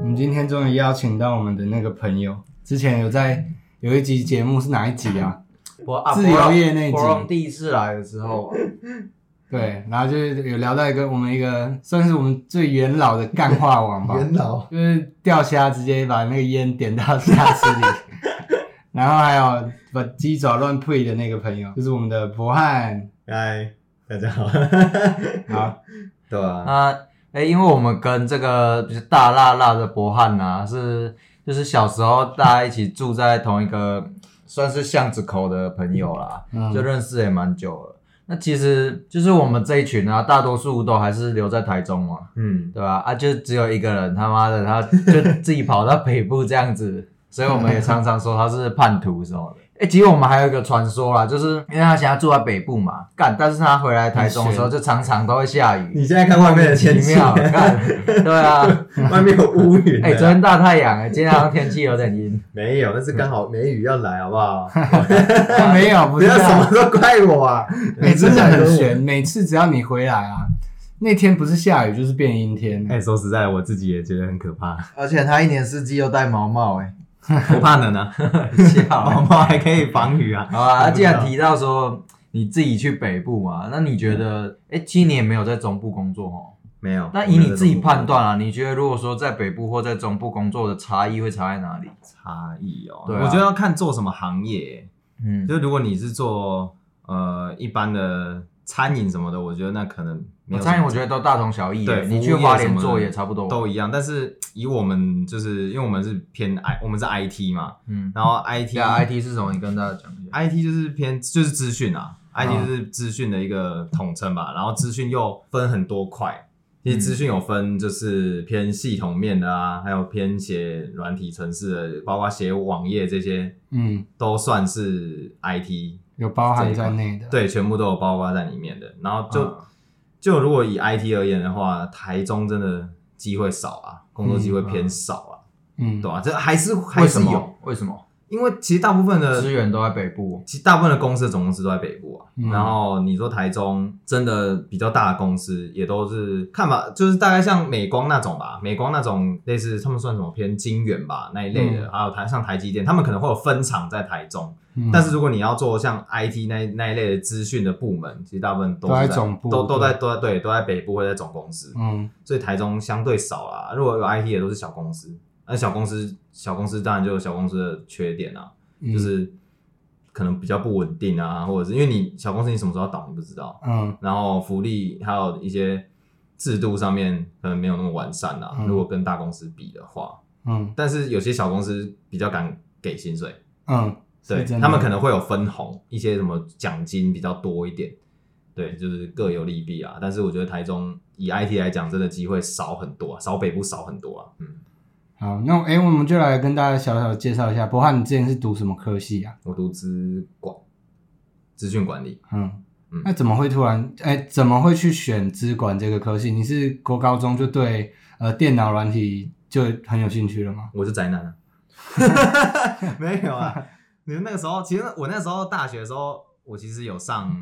我们今天终于邀请到我们的那个朋友，之前有在有一集节目是哪一集嗯啊？博啊，自由业那集博隆第一次来的时候 啊，对，然后就是有聊到一个我们一个算是我们最元老的干话王吧，元老就是钓虾直接把那个烟点到虾池里， 然后还有把鸡爪乱配的那个朋友，就是我们的博翰。哎嗨，大家好，好，对啊，那哎、因为我们跟这个就是大辣辣的博汉呐、是就是小时候大家一起住在同一个算是巷子口的朋友啦，嗯就认识也蛮久了。那其实就是我们这一群啊，大多数都还是留在台中嘛，嗯，对吧、啊？就只有一个人，他妈的，他就 自己跑到北部这样子，所以我们也常常说他是叛徒什么的。哎、其实我们还有一个传说啦，就是因为他现在住在北部嘛，干，但是他回来台中的时候，就常常都会下雨，你现在看外面的天气奇，妙，啊干， 对啊，外面有乌云的，哎、昨天大太阳、哎，今天好像天气有点阴，没有，那是刚好梅雨要来，好不好？ 没有，不不是要这样什么都怪我啊， 每次都很悬，每次只要你回来啊，那天不是下雨就是变阴天。 哎，说实在，我自己也觉得很可怕，而且他一年四季又戴毛毛、不怕冷 啊，哎， 笑。毛毛还可以防雨啊。好啊，那既然提到说你自己去北部嘛，那你觉得，哎、其实你也没有在中部工作哦。没有，那以你自己判断啊，你觉得如果说在北部或在中部工作的差异会差在哪里？差异哦，对啊我觉得要看做什么行业，嗯，就如果你是做呃一般的餐饮什么的，我觉得那可能没我有什么餐饮我觉得都大同小异耶，对你服务去业花什莲么的做也差不多。都一样，但是以我们就是因为我们是偏 I，我们是 IT 嘛，嗯，然后 IT 对啊，IT 是什么？你跟大家讲一下。 IT 就是偏就是资讯啊啊，IT 就是资讯的一个统称吧。然后资讯又分很多块，其实资讯嗯有分就是偏系统面的啊，还有偏写软体程式的，包括写网页这些嗯，都算是 IT，有包含在内的。，对，全部都有包括在里面的。然后就、啊就如果以 IT 而言的话，台中真的机会少啊，工作机会偏少啊，嗯，对吧、这还是还嗯为什是有，么？呃为什么因为其实大部分的资源都在北部？其实大部分的公司的总公司都在北部啊，嗯然后你说台中真的比较大的公司也都是看吧，就是大概像美光那种吧，美光那种类似他们算什么偏晶圆吧那一类的，嗯还有台像台积电，他们可能会有分厂在台中，嗯但是如果你要做像 IT 那那一类的资讯的部门，其实大部分都是都在总部都都在都在对都在北部或者在总公司，嗯，所以台中相对少啦。如果有 IT 也都是小公司，那小公司小公司当然就有小公司的缺点啊。嗯就是可能比较不稳定啊，或者是因为你小公司你什么时候要倒你不知道，嗯然后福利还有一些制度上面可能没有那么完善啊，嗯如果跟大公司比的话，嗯但是有些小公司比较敢给薪水，嗯，对是真的他们可能会有分红，一些什么奖金比较多一点，对，就是各有利弊啊。但是我觉得台中以 IT 来讲，真的机会少很多、啊，少北部少很多啊，嗯。好，那哎、诶我们就来跟大家小小介绍一下，博翰，你之前是读什么科系啊？我读资管，资讯管理，嗯，嗯那怎么会突然哎、怎么会去选资管这个科系？你是国高中就对呃电脑软体就很有兴趣了吗？我是宅男啊， 没有啊。你们那个时候，其实我那时候大学的时候，我其实有上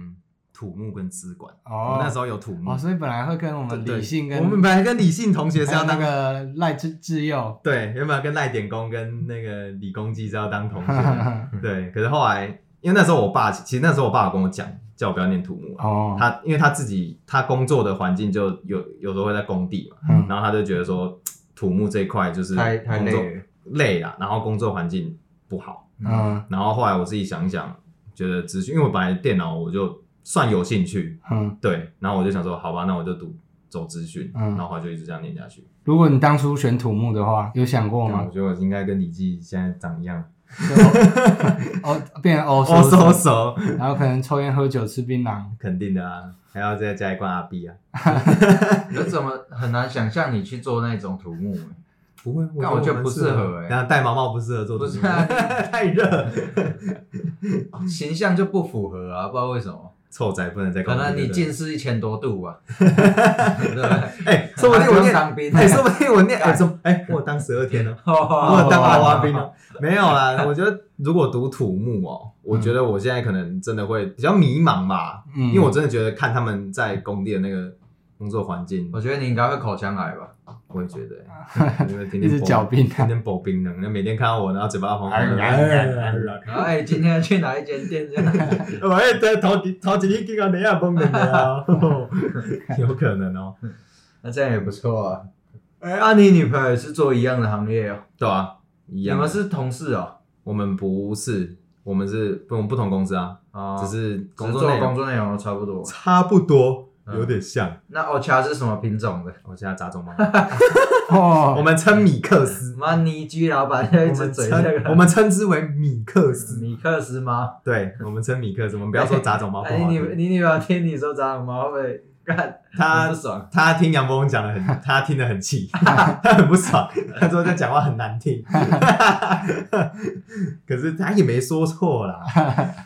土木跟资管，哦我那时候有土木哦，，所以本来会跟我们对理性跟我们本来跟理性同学是还有要那当个赖志志佑，对，原本要跟赖点工跟那个理工技是要当同学的，对。可是后来，因为那时候我爸，其实那时候我爸有跟我讲，叫我不要念土木 啊。哦，他因为他自己他工作的环境就有有时候会在工地嘛，嗯然后他就觉得说土木这一块就是太太工作累了累啦，然后工作环境不好，嗯然后后来我自己想一想，觉得资讯，因为我本来电脑我就算有兴趣，嗯，对，然后我就想说，好吧，那我就读走资讯，嗯然后后来就一直这样念下去。如果你当初选土木的话，有想哦过但吗我？觉得我应该跟李记现在长一样， 哦，变成 欧哦，手手，手，然后可能抽烟、喝酒、吃槟榔，肯定的啊，还要再加一罐阿 B 啊，你怎么很难想象你去做那种土木、哎不会，但我觉得不适合欸然后戴毛毛不适合做不土是木，啊 太热，形象就不符合啊，不知道为什么。臭仔不能再搞可这个。能你对近视一千多度 吧，对不对？不对，哎，说不还定我不用念当兵哎，说不定我念，哎，怎么，哎，我有当十二天了。 我有当娃娃兵哦，没有啦。我觉得如果读土木哦，我觉得我现在可能真的会比较迷茫吧，嗯因为我真的觉得看他们在工地的那个工作环境，我觉得你应该会口腔癌吧？我也觉得欸，因为天天一直薄嚼槟榔天 天薄冰冷，那每天看到我，然后嘴巴红红的，然后哎，今天去哪一间店？我哎，头头几头几天见到你也崩冷的啊，有可能哦。那这样也不错啊。哎，啊，你女朋友也是做一样的行业哦？对啊，一你样啊。们是同事哦？我们不是，我们是我们不同公司啊，哦，只是只工是作做内容工作内容都差不多。差不多，嗯有点像。那 OCHA 是什么品种的？我现在杂 种吗？我哦，们称米克斯，妈尼居老板就一我直们嘴那称个我们称之为米克斯，米克斯吗？对我们称米克斯，我们不要说杂种猫 不哎，好你听。你女朋友听你说蟑螂猫会不会干？他不爽。他听杨波讲的 很，他听得很气，他很不爽，他说他讲话很难听， 可是他也没说错啦，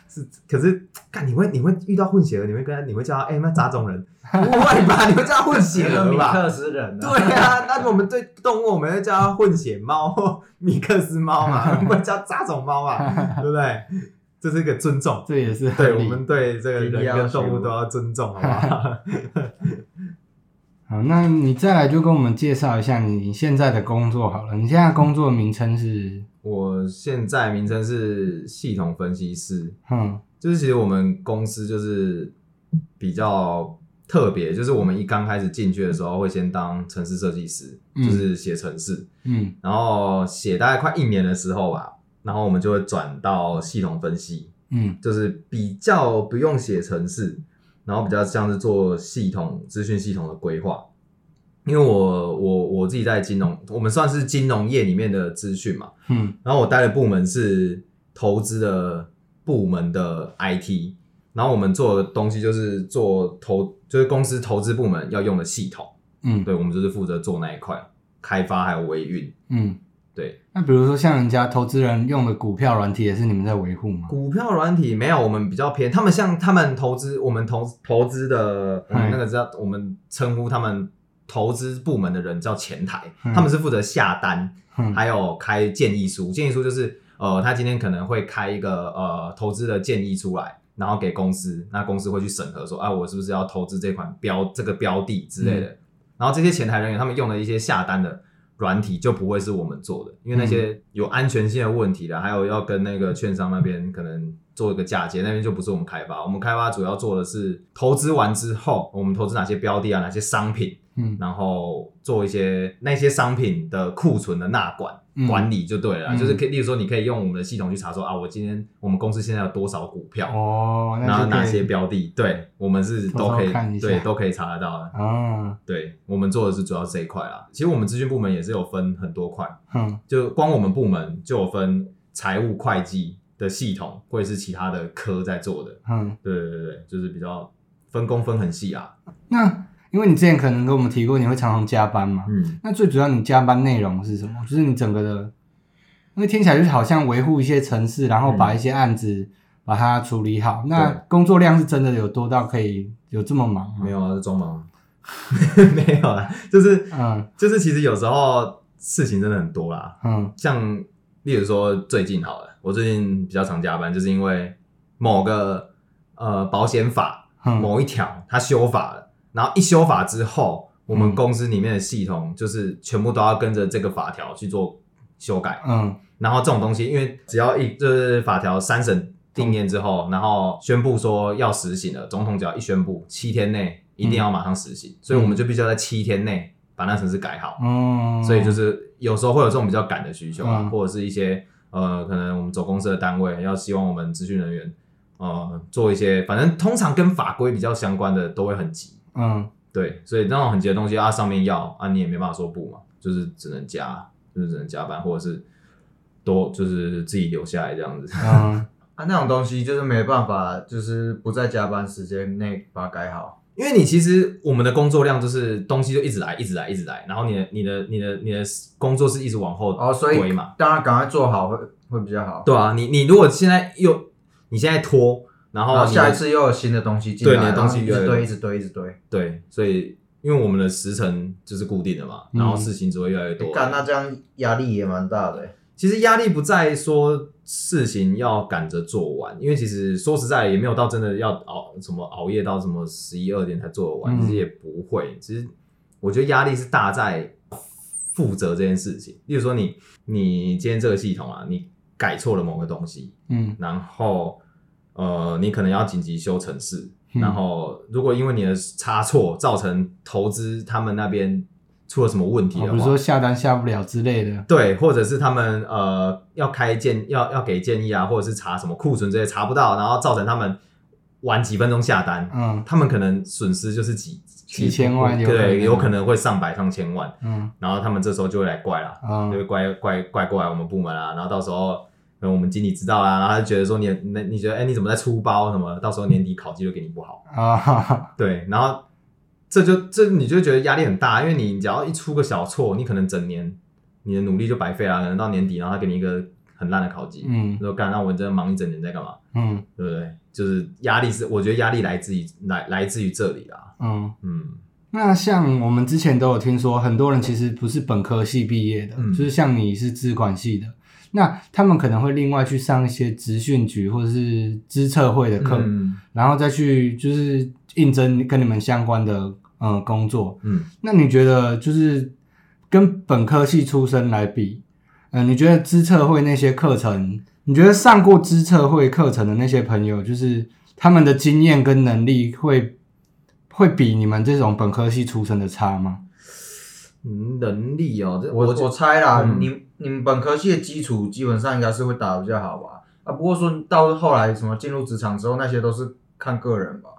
是，可是干你会你会遇到混血儿，你会跟他你会叫他哎、那杂种人，不会吧？ 你会叫他混血那个儿米吧？克斯人啊，对啊，那我们对动物，我们会叫它混血猫 或米克斯 猫嘛，不会叫杂种猫嘛，对不对？这是一个尊重，这也是合对我理。们对这个一定要人跟动学物都要尊重，好不好？好，那你再来就跟我们介绍一下你现在的工作好了。你现在工作名称是，我现在名称是系统分析师，嗯就是其实我们公司就是比较特别，就是我们一刚开始进去的时候会先当城市设计师，嗯就是写城市，嗯然后写大概快一年的时候吧，然后我们就会转到系统分析，嗯就是比较不用写程式，然后比较像是做系统资讯系统的规划。因为我我我自己在金融，我们算是金融业里面的资讯嘛，嗯然后我待的部门是投资的部门的 IT，然后我们做的东西就是做投，就是公司投资部门要用的系统，嗯对我们就是负责做那一块开发还有维运，嗯。对，那比如说像人家投资人用的股票软体，也是你们在维护吗？股票软体没有，我们比较偏。他们像他们投资，我们投投资的，我们那个叫我们称呼他们投资部门的人叫前台，嗯他们是负责下单，嗯还有开建议书。建议书就是呃，他今天可能会开一个呃投资的建议出来，然后给公司，那公司会去审核说，啊，我是不是要投资这款标这个标的之类的。然后这些前台人员他们用的一些下单的软体就不会是我们做的，因为那些有安全性的问题的，还有要跟那个券商那边可能做一个嫁接，那边就不是我们开发。我们开发主要做的是投资完之后，我们投资哪些标的啊，哪些商品，嗯然后做一些那些商品的库存的纳管。嗯管理就对了啦，嗯就是可以，例如说，你可以用我们的系统去查说啊，我今天我们公司现在有多少股票，哦，那然后就可以哪些标的，对我们是偷偷都可以看一下对都可以查得到的。啊，对我们做的是主要这一块啦。其实我们资讯部门也是有分很多块，嗯就光我们部门就有分财务会计的系统，或者是其他的科在做的。嗯。对对对对，就是比较分工分很细啊。那因为你之前可能跟我们提过，你会常常加班嘛？嗯，那最主要你加班内容是什么？就是你整个的，因为听起来就是好像维护一些城市，然后把嗯一些案子把它处理好。那工作量是真的有多到可以有这么忙吗没？有啊，是装忙， 没有啊，就是嗯就是，其实有时候事情真的很多啦。嗯像例如说最近好了，我最近比较常加班，就是因为某个呃保险法嗯某一条它修法了，然后一修法之后，我嗯们公司里面的系统就是全部都要跟着这个法条去做修改。嗯然后这种东西，因为只要一就是法条三审定验之嗯后，然后宣布说要实行了，总统只要一宣布，七天内一定嗯要马上实行，所以我们就必须要在七天内把那程式改好。嗯，所以就是有时候会有这种比较赶的需求啊，嗯或者是一些呃，可能我们走公司的单位要希望我们咨询人员呃做一些，反正通常跟法规比较相关的都会很急，嗯对，所以那种很急的东西啊，上面要啊，你也没办法说不嘛，就是只能加，就是只能加班，或者是多就是自己留下来这样子。 嗯啊，那种东西就是没办法，就是不在加班时间内把它改好。因为你其实我们的工作量就是东西就一直来，一直来，一直来，然后你的你的你的你的工作是一直往后哦，所以推嘛，当然赶快做好会会比较好。对啊，你你如果现在又你现在拖，然后然后你下的一次又有新的东西进来，对你的东西然后越来越一直堆，一直堆，一直对，所以因为我们的时程就是固定的嘛，嗯然后事情只会越来越堆。多。干、那这样压力也蛮大的欸。其实压力不在说事情要赶着做完，因为其实说实在也没有到真的要熬什么熬夜到什么十一二点才做得完，嗯其实也不会。其实我觉得压力是大在负责这件事情。例如说你，你今天这个系统啊，你改错了某个东西， 嗯然后呃，你可能要紧急修程式，嗯然后如果因为你的差错造成投资他们那边出了什么问题哦的比如话，说下单下不了之类的，对，或者是他们呃要开建要要给建议啊，或者是查什么库存这些查不到，然后造成他们晚几分钟下单，嗯他们可能损失就是几几千万有可能对，有可能会上百上千万，嗯然后他们这时候就会来怪啦，啊就会怪怪怪过来我们部门啊，然后到时候。可能我们经理知道啦，然后他就觉得说你那你觉得哎、你怎么在出包什么？到时候年底考绩就给你不好，啊哈哈，对，然后这就这你就觉得压力很大，因为你只要一出个小错，你可能整年你的努力就白费了，可能到年底，然后他给你一个很烂的考绩， 嗯你说干，那我真的忙一整年在干嘛？嗯对不对？就是压力是，我觉得压力来自于来来自于这里啦，嗯。嗯那像我们之前都有听说，很多人其实不是本科系毕业的，嗯就是像你是资管系的，那他们可能会另外去上一些职训局或者是资策会的课，嗯然后再去就是应征跟你们相关的嗯工作。嗯，那你觉得就是跟本科系出身来比，嗯、你觉得资策会那些课程，你觉得上过资策会课程的那些朋友，就是他们的经验跟能力会会比你们这种本科系出身的差吗？嗯能力哦，这我觉我猜啦，嗯你你们本科系的基础基本上应该是会打得比较好吧？啊，不过说到后来什么进入职场之后，那些都是看个人吧，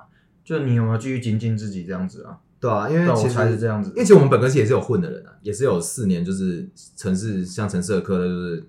就你有没有继续精进自己这样子啊？对啊，因对为啊，其我实猜是这样子因为。其实我们本科系也是有混的人啊，也是有四年就是城市像城市的课就是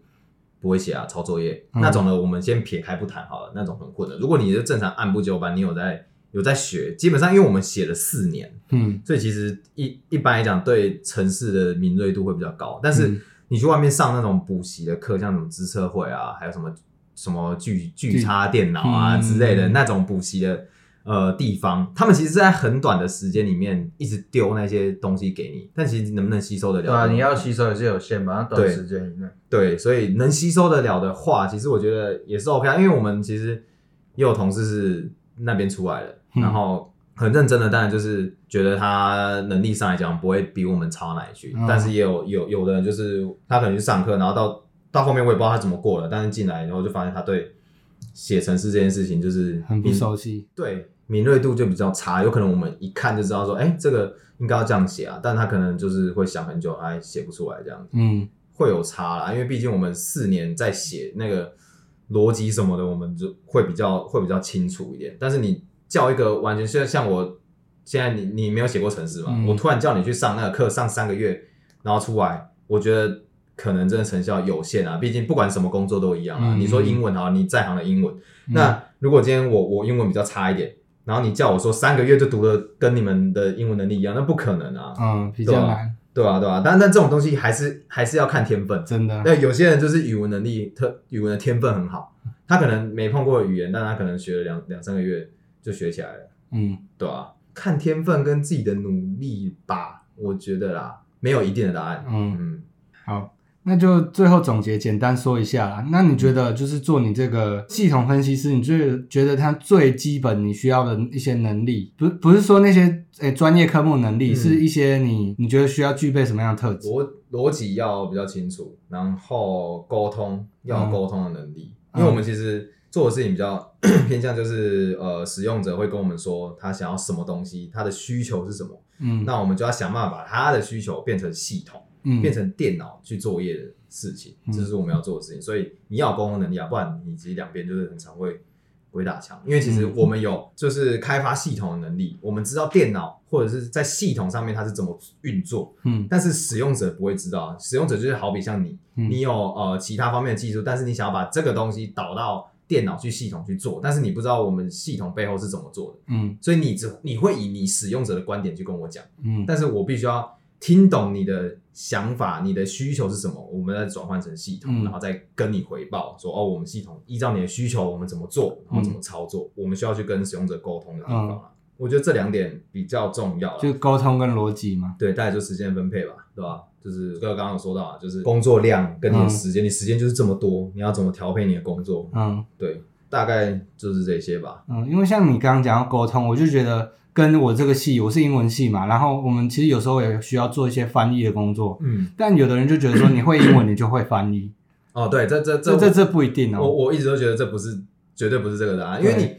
不会写啊，抄作业、嗯那种的，我们先撇开不谈好了，那种很混的。如果你是正常按部就班，你有在有在学，基本上因为我们写了四年，嗯所以其实一一般来讲对城市的敏锐度会比较高。但是嗯你去外面上那种补习的课，像什么资策会啊，还有什么什么巨巨差电脑啊嗯之类的那种补习的。呃，地方他们其实是在很短的时间里面一直丢那些东西给你，但其实能不能吸收得了？对啊，你要吸收也是有限吧，那短时间以内。对，所以能吸收得了的话，其实我觉得也是 OK 啊。因为我们其实也有同事是那边出来的，嗯然后很认真的，当然就是觉得他能力上来讲不会比我们差到哪里去。嗯但是也有有有的人就是他可能去上课，然后到到后面我也不知道他怎么过了，但是进来以后就发现他对写程式这件事情就是嗯很不敏熟悉。对，敏锐度就比较差，有可能我们一看就知道说，哎、这个应该要这样写啊，但他可能就是会想很久，哎，写不出来这样子。嗯会有差啦，因为毕竟我们四年在写那个逻辑什么的，我们就会比较会比较清楚一点。但是你叫一个完全像像我现在你你没有写过程式嘛，嗯我突然叫你去上那个课上三个月，然后出来，我觉得可能真的成效有限啊。毕竟不管什么工作都一样啊。嗯你说英文好，你在行的英文，嗯那如果今天我我英文比较差一点，然后你叫我说三个月就读的跟你们的英文能力一样，那不可能啊，嗯，比较对啊难，对吧、对吧、但但这种东西还是还是要看天分。真的。那有些人就是语文能力特语文的天分很好，他可能没碰过语言，但他可能学了两两三个月就学起来了，嗯对吧、看天分跟自己的努力吧，我觉得啦，没有一定的答案。嗯，嗯，好，那就最后总结，简单说一下啦。那你觉得就是做你这个系统分析师，你最觉得它最基本你需要的一些能力，不不是说那些诶专、业科目能力，嗯是一些你你觉得需要具备什么样的特质？逻逻辑要比较清楚，然后沟通要有沟通的能力，嗯因为我们其实做的事情比较 偏向就是呃，使用者会跟我们说他想要什么东西，他的需求是什么，嗯，那我们就要想办法把他的需求变成系统。嗯变成电脑去作业的事情，嗯这是我们要做的事情。所以你要有沟通能力啊，不然你其实两边就是很常会鬼打墙。因为其实嗯我们有就是开发系统的能力，我们知道电脑或者是在系统上面它是怎么运作，嗯但是使用者不会知道。使用者就是好比像你，嗯你有呃其他方面的技术，但是你想要把这个东西导到电脑去系统去做，但是你不知道我们系统背后是怎么做的，嗯所以你只你会以你使用者的观点去跟我讲。嗯但是我必须要听懂你的想法，你的需求是什么，我们再转换成系统，嗯然后再跟你回报说哦，我们系统依照你的需求，我们怎么做，然后嗯怎么操作，我们需要去跟使用者沟通的地方啊。我觉得这两点比较重要啦，就沟通跟逻辑嘛。对，大概就时间分配吧，对吧？就是刚刚有说到啊，就是工作量跟你嗯的时间，你时间就是这么多，你要怎么调配你的工作？嗯对，大概就是这些吧。嗯，因为像你刚刚讲到沟通，我就觉得跟我这个系，我是英文系嘛，然后我们其实有时候也需要做一些翻译的工作，嗯，但有的人就觉得说你会英文你就会翻译，哦，对，这这这这这这不一定我哦。我一直都觉得这不是绝对不是这个答案，因为你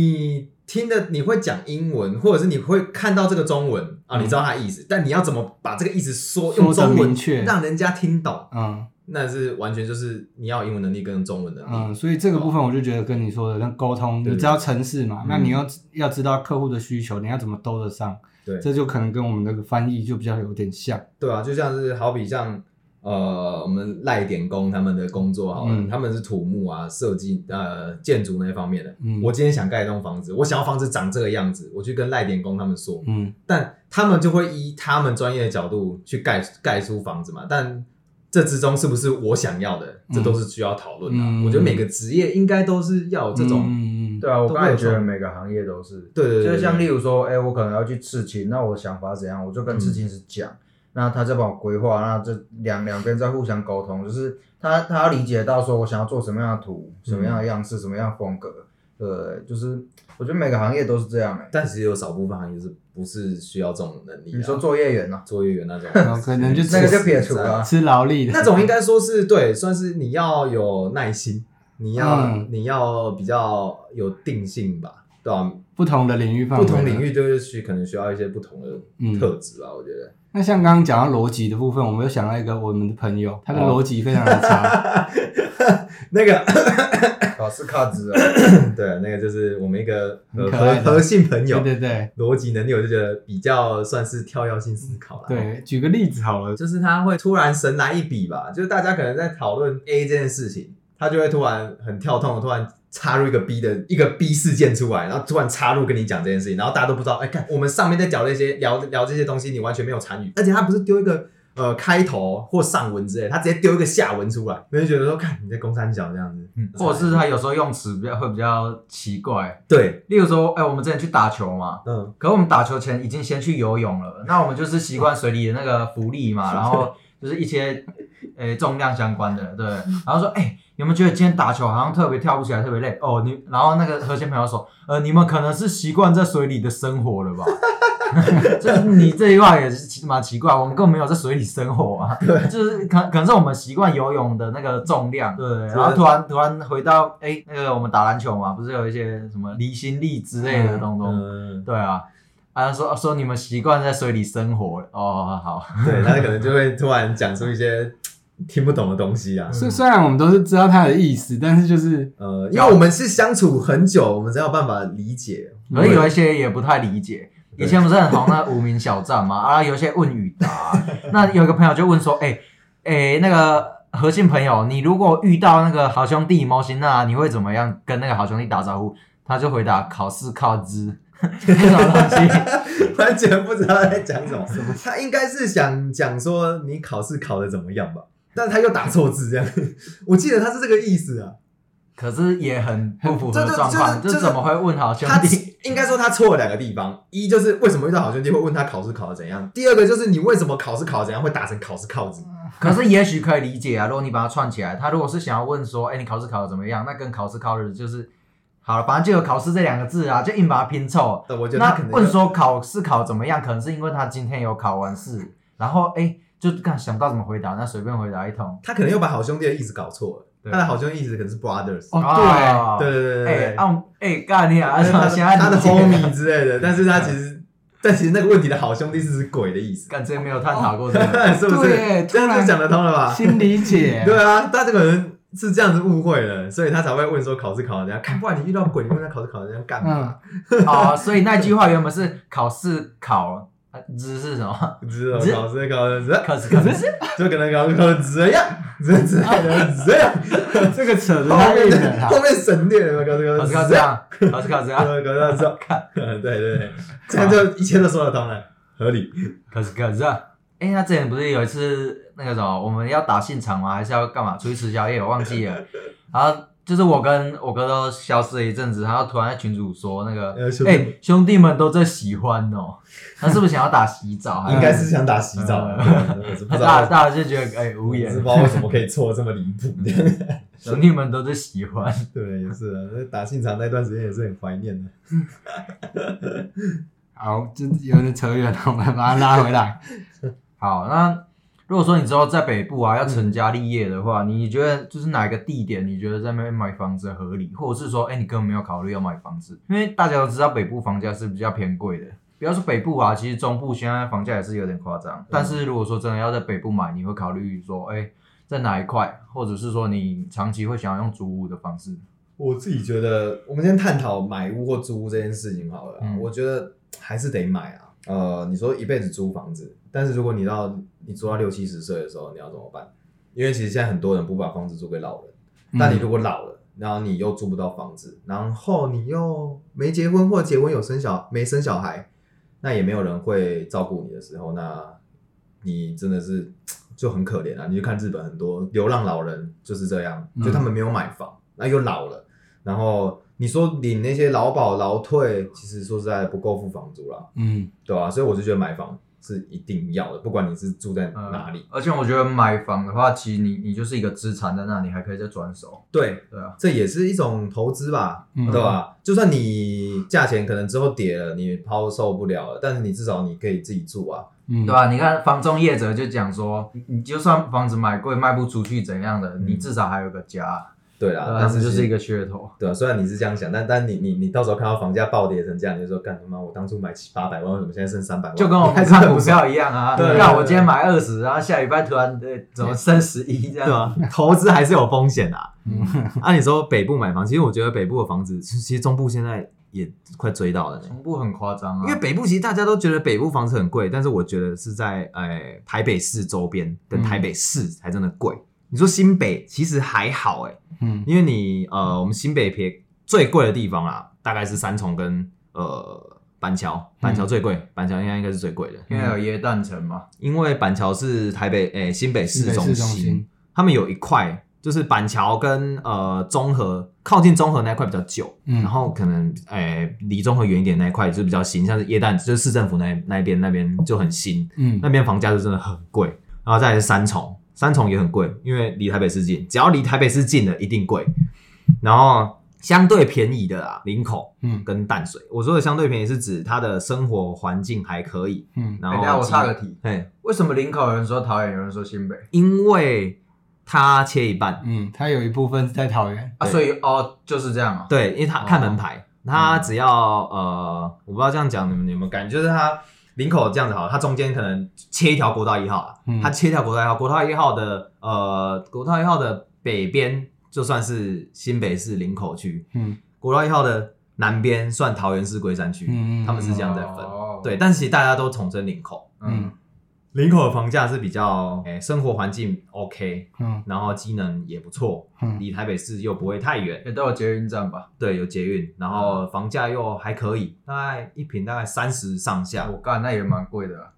你听的你会讲英文，或者是你会看到这个中文啊，你知道它意思，但你要怎么把这个意思说嗯说用得中文明确让人家听懂，嗯那是完全就是你要有英文能力跟中文能力。嗯，所以这个部分我就觉得跟你说的，那沟通，你对知道城市嘛，嗯那你要要知道客户的需求，你要怎么兜得上，对这就可能跟我们那个翻译就比较有点像。对啊，就像是好比像呃，我们赖点工他们的工作好了，嗯他们是土木啊、设计呃、建筑那一方面的。嗯我今天想盖一栋房子，我想要房子长这个样子，我去跟赖点工他们说，嗯，但他们就会依他们专业的角度去盖盖出房子嘛。但这之中是不是我想要的，这都是需要讨论的啊、嗯我觉得每个职业应该都是要有这种，嗯嗯嗯对啊，我都刚才会有觉得这种每个行业都是，对对对对就像例如说，哎、我可能要去刺青，那我想法怎样，我就跟刺青师讲，那他再帮我规划，那这两两边在互相沟通，就是他他要理解到说我想要做什么样的图，什么样的样式，什么样的风格，对，就是我觉得每个行业都是这样哎、但其实有少部分行业是不是需要这种能力、啊？你说作业员 呢、作业员那种哦， 可能就那个吃就撇除了、 啊，吃劳力的那种应该说是对，算是你要有耐心，你要、嗯你要比较有定性吧，对吧、不同的嗯领域范围，不同领。域就是需可能需要一些不同的特质吧，我觉得。那像刚刚讲到逻辑的部分，我们又想到一个我们的朋友，他的哦逻辑非常的差。那个考试卡职 啊，对，那个就是我们一个很核可爱的核核心 朋友对，对对逻辑能力我就觉得比较算是跳跃性思考啦。。对，举个例子好了，就是他会突然神来一笔吧，就是大家可能在讨论 A 这件事情，他就会突然很跳痛，突然插入一个 B 的一个 B 事件出来，然后突然插入跟你讲这件事情，然后大家都不知道，哎，看我们上面在聊那些聊聊这些东西，你完全没有参与，而且他不是丢一个。呃，开头或上文之类，他直接丢一个下文出来，你就觉得说，看你在公三小这样子，嗯，或者是他有时候用词比较会比较奇怪，对，例如说，哎、我们之前去打球嘛，嗯，可我们打球前已经先去游泳了，那我们就是习惯水里的那个浮力嘛，然后就是一些呃、重量相关的，对。然后说，哎、你们觉得今天打球好像特别跳不起来，特别累哦？你，然后那个核心朋友说，呃，你们可能是习惯在水里的生活了吧？ 就是你这一块也是蛮奇怪，我们根本没有在水里生活啊，就是可可能是我们习惯游泳的那个重量，对，然后突然突然回到哎、那个我们打篮球嘛，不是有一些什么离心力之类的哦东东，嗯，对啊，啊说说你们习惯在水里生活哦，好， 对，他可能就会突然讲出一些听不懂的东西啊，嗯虽虽然我们都是知道他的意思，但是就是呃，因为我们是相处很久，我们才有办法理解。可是有一些也不太理解。对以前不是很红那无名小站嘛，啊，有一些问 与答，那有一个朋友就问说，哎、哎、那个何信朋友，你如果遇到那个好兄弟模型那你会怎么样跟那个好兄弟打招呼？他就回答考试靠 知，那种东西， 完全不知道他在讲什么。他应该是想讲说你考试考的怎么样吧，但他又打错字这样。 我记得他是这个意思啊，可是也很不符合 这这状况，这这这怎么会问好兄他弟？应该说他错了两个地方，一就是为什么遇到好兄弟会问他考试考的怎样，第二个就是你为什么考试考得怎样会打成考试靠字。可是也许可以理解啊，如果你把它串起来，他如果是想要问说，哎、你考试考的怎么样？那跟考试考日就是好了，反正就有考试这两个字啊，就硬把它拼 凑。对我觉得他那可能问说考试考怎么样，可能是因为他今天有考完试，然后哎、就看想不到怎么回答，那随便回答一通。他可能又把好兄弟的意思搞错了，对他的好兄弟意思可能是 brothers。哦啊对，对对对哎对，啊哎，干你啊！ 他的现在他的理解 homie 之类的，但是他其实，但其实那个问题的好兄弟是指鬼的意思， 干这没有探讨过这个。是不是对耶？突这样然就讲得通了 吧？新理解。对啊，他这个人是这样子误会了，所以他才会问说考试考成这样，看不然你遇到鬼，你问他考试考成这样干嘛？哦，所以那句话原本是考试考呃日是什么？知道只考试考成这样，考试考日。 就可能考试考成这样，这这这样，嗯，这个扯得后太面远了啦后。面省略了考试考考试考成这这样，样，考试考这样，考试考成这样， 对对对，这样就一切都说得通了，合理。考试考这样。哎、他之前不是有一次那个什么，我们要打现场吗？还是要干嘛？出去吃宵夜，我忘 记了。然后就是我跟我哥都消失了一阵子，然后突然在群主说那个，呃兄哎、弟兄弟们都在喜欢哦，他是不是想要打洗澡？应该是想打洗澡的， 我是不他知道大为什么，大家就觉得哎、无我是不言知，道为什么可以错得这么离谱。 兄弟们都在喜欢。对，也是啊，那打现场那段时间也是很怀念的。好，这有点扯远了，我们把它拉回来。好，那如果说你之后在北部啊要成家立业的话，你觉得就是哪一个地点你觉得在那边买房子合理，或者是说，哎、你根本没有考虑要买房子？因为大家都知道北部房价是比较偏贵的。不要说北部啊，其实中部现在房价也是有点夸张。但是如果说真的要在北部买，你会考虑说，哎、在哪一块，或者是说你长期会想要用租屋的方式？我自己觉得，我们先探讨买屋或租屋这件事情好了啊、嗯我觉得还是得买啊。呃，你说一辈子租房子，但是如果你到你租到六七十岁的时候，你要怎么办？因为其实现在很多人不把房子租给老人， 嗯但你如果老了，然后你又租不到房子，然后你又没结婚或结婚有生小没生小孩，那也没有人会照顾你的时候，那你真的是就很可怜啊！你就看日本很多流浪老人就是这样，嗯就他们没有买房，那又老了，然后你说领那些劳保劳退，其实说实在的不够付房租啦，嗯，对吧、所以我就觉得买房是一定要的，不管你是住在呃哪里，而且我觉得买房的话，其实你你就是一个资产在那，你还可以再转手，对，对啊，这也是一种投资吧，嗯对吧？就算你价钱可能之后跌了，你抛售不了了，但是你至少你可以自己住啊。嗯，对吧、你看房中业者就讲说，你你就算房子买贵卖不出去怎样的，你至少还有个家，对对啦，啊，但但嗯是是其就实是一个噱头。对啊，虽然你是这样想，但但你你你到时候看到房价暴跌成这样，你就说干他妈，我当初买七八百万，为什么现在剩三百万？就跟我们还是很看股不爽票一样啊，对对对那我今天买二十，然后下礼拜突然呃怎么升十一这样，对吧？投资还是有风险啊。嗯按、你说北部买房，其实我觉得北部的房子，其其实中部现在也快追到了呢。全部很夸张啊，因嗯为北部其实大家都觉得北部房子很贵，但是我觉得是在呃台北市周边跟嗯台北市才真的贵。你说新北其实还好哎、嗯因为你呃我们新北撇最贵的地方啦，大概是三重跟呃板桥，嗯板桥最贵，板桥应该应该是最贵的，因为有椰蛋城嘛，因为板桥是台北诶、新北市中市中心心，他们有一块就是板桥跟呃中和靠近中和那一块比较旧，嗯然后可能诶离、中和远一点那一块就比较新，像是耶诞就是市政府那那一边那边就很新，嗯那边房价就真的很贵，然后再来是三重，三重也很贵，因为离台北市近，只要离台北市近的一定贵，然后相对便宜的啦，林口嗯跟淡水，我说的相对便宜是指它的生活环境还可以，嗯然哎等后一下我机岔个题，嘿为什么林口有人说桃园，有人说新北因为它切一半，嗯，它有一部分是在桃园，啊？对所以哦就是这样啊，对，因为它哦看门牌，它嗯只要呃，我不知道这样讲你们有没有感觉，就是它领口这样子好了，它中间可能切一条国道一号啊，嗯它切一条国道一号，国道一号的呃，国道一号的北边就算是新北市林口区，嗯国道一号的南边算桃园市龟山区，嗯嗯他们是这样在分。哦对，，但是其实大家都统称领口，嗯，领口的房价是比较，诶、生活环境 OK，嗯然后机能也不错，嗯离台北市又不会太远，也哎都有捷运站吧？对，有捷运，然后嗯房价又还可以，大概一平大概三十上下嗯我，干，那也蛮贵的啊，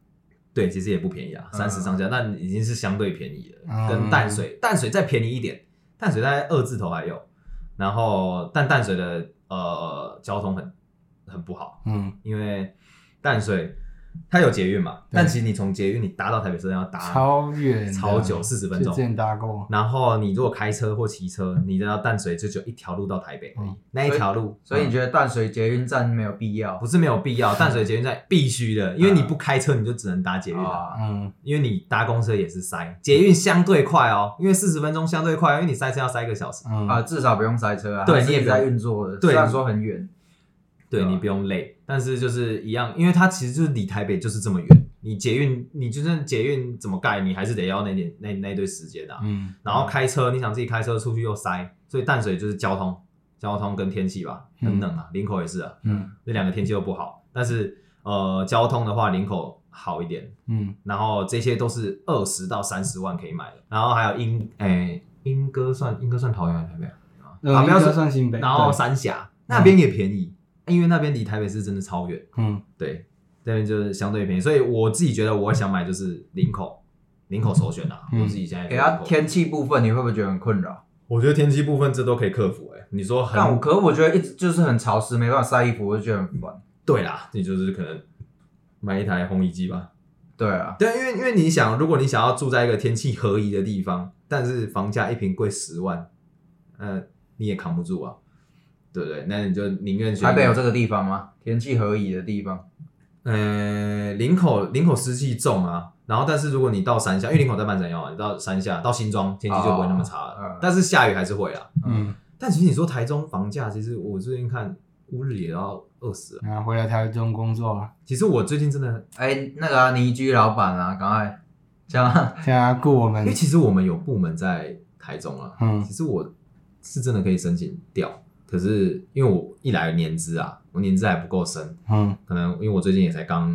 对，其实也不便宜啊，嗯三十上下，那已经是相对便宜了，嗯跟淡水，淡水再便宜一点，淡水大概二字头还有，然后但淡水的呃交通很很不好，嗯，因为淡水它有捷运嘛，对但其实你从捷运你搭到台北车站要搭超远的啊超久，四十分就钟之，前搭过，然后你如果开车或骑车，你到淡水就只有一条路到台北而已嗯，那一条路，所以嗯你觉得淡水捷运站没有必要不？是没有必要，淡水捷运站必须的，因为你不开车你就只能搭捷运了，啊，嗯因为你搭公车也是塞，捷运相对快哦，因为四十分钟相对快，因为你塞车要塞一个小时，嗯啊，至少不用塞车啊，对它是你也不用在运作的，对虽然说很远，对对啊你不用累，但是就是一样，因为它其实就是离台北就是这么远，你捷运你就算捷运怎么盖，你还是得要那点那那一堆时间啊，嗯然后开车你想自己开车出去又塞，所以淡水就是交通交通跟天气吧，等等啊，林口也是啊，嗯这两个天气都不好，但是呃交通的话林口好一点，嗯然后这些都是二十到三十万可以买的，然后还有英诶英歌算英歌算桃园还是台北啊？嗯，啊应不要该说算新北，然后对三峡那边也便宜，因为那边离台北市真的超远，嗯对，那边就是相对便宜，所以我自己觉得我想买就是林口，林口首选啦、嗯我自己现在给它觉得林口，天气部分，你会不会觉得很困扰？我觉得天气部分这都可以克服、欸，哎，你说但我很可是我觉得一直就是很潮湿，没办法晒衣服，我就觉得很烦。对啦，你就是可能买一台烘衣机吧，对啊，对，因为因为你想，如果你想要住在一个天气合宜的地方，但是房价一平贵十万，呃，你也扛不住啊，对不对？那你就宁愿选台北有这个地方吗？天气合宜的地方，呃，林口林口湿气重啊，然后但是如果你到山下，因为林口在半山腰啊，你到山下到新庄天气就不会那么差了，哦嗯但是下雨还是会啦。嗯，但其实你说台中房价，其实我最近看乌日也要二十了。啊然后回来台中工作啊，其实我最近真的，哎，那个啊倪居老板啊，赶快啊这样，现在雇我们因为，其实我们有部门在台中啊，嗯其实我是真的可以申请掉，可是因为我一来年资啊，我年资还不够深，嗯可能因为我最近也才刚，